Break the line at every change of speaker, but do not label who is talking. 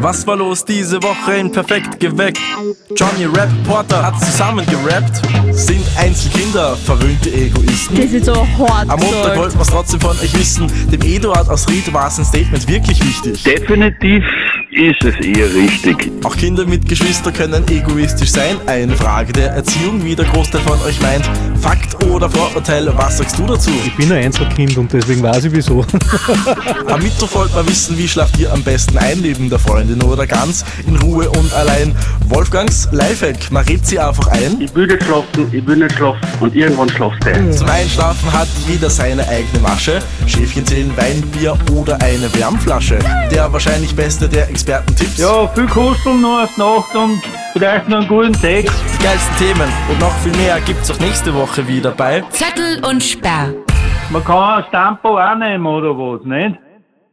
Was war los diese Woche in Perfekt geweckt? Johnny Rap Porter hat zusammen gerappt. Sind Einzelkinder verwöhnte Egoisten?
Das ist so hart.
Am Montag
gesagt.
wollten wir's trotzdem von euch wissen. Dem Eduard aus Ried war sein Statement wirklich wichtig.
Definitiv ist es eher richtig.
Auch Kinder mit Geschwister können egoistisch sein. Eine Frage der Erziehung, wie der Großteil von euch meint. Fakt oder Vorurteil, was sagst du dazu?
Ich bin ein Einzelkind und deswegen weiß ich wieso.
Am Mittwoch wollt man wissen, wie schlaft ihr am besten ein neben der Freundin oder ganz in Ruhe und allein. Wolfgangs Lifehack, man redet sie einfach ein.
Ich will nicht schlafen, ich will nicht schlafen und irgendwann schlafst du.
Zum Einschlafen hat jeder seine eigene Masche. Schäfchen zählen Wein, Bier oder eine Wärmflasche. Der wahrscheinlich beste der Expertentipps.
Ja, viel Kosteln noch auf die Nacht und vielleicht noch einen guten Sex.
Die geilsten Themen und noch viel mehr gibt's auch nächste Woche wieder bei
Zettel und Sperr.
Man kann auch ein Stampo auch nehmen oder was, nicht?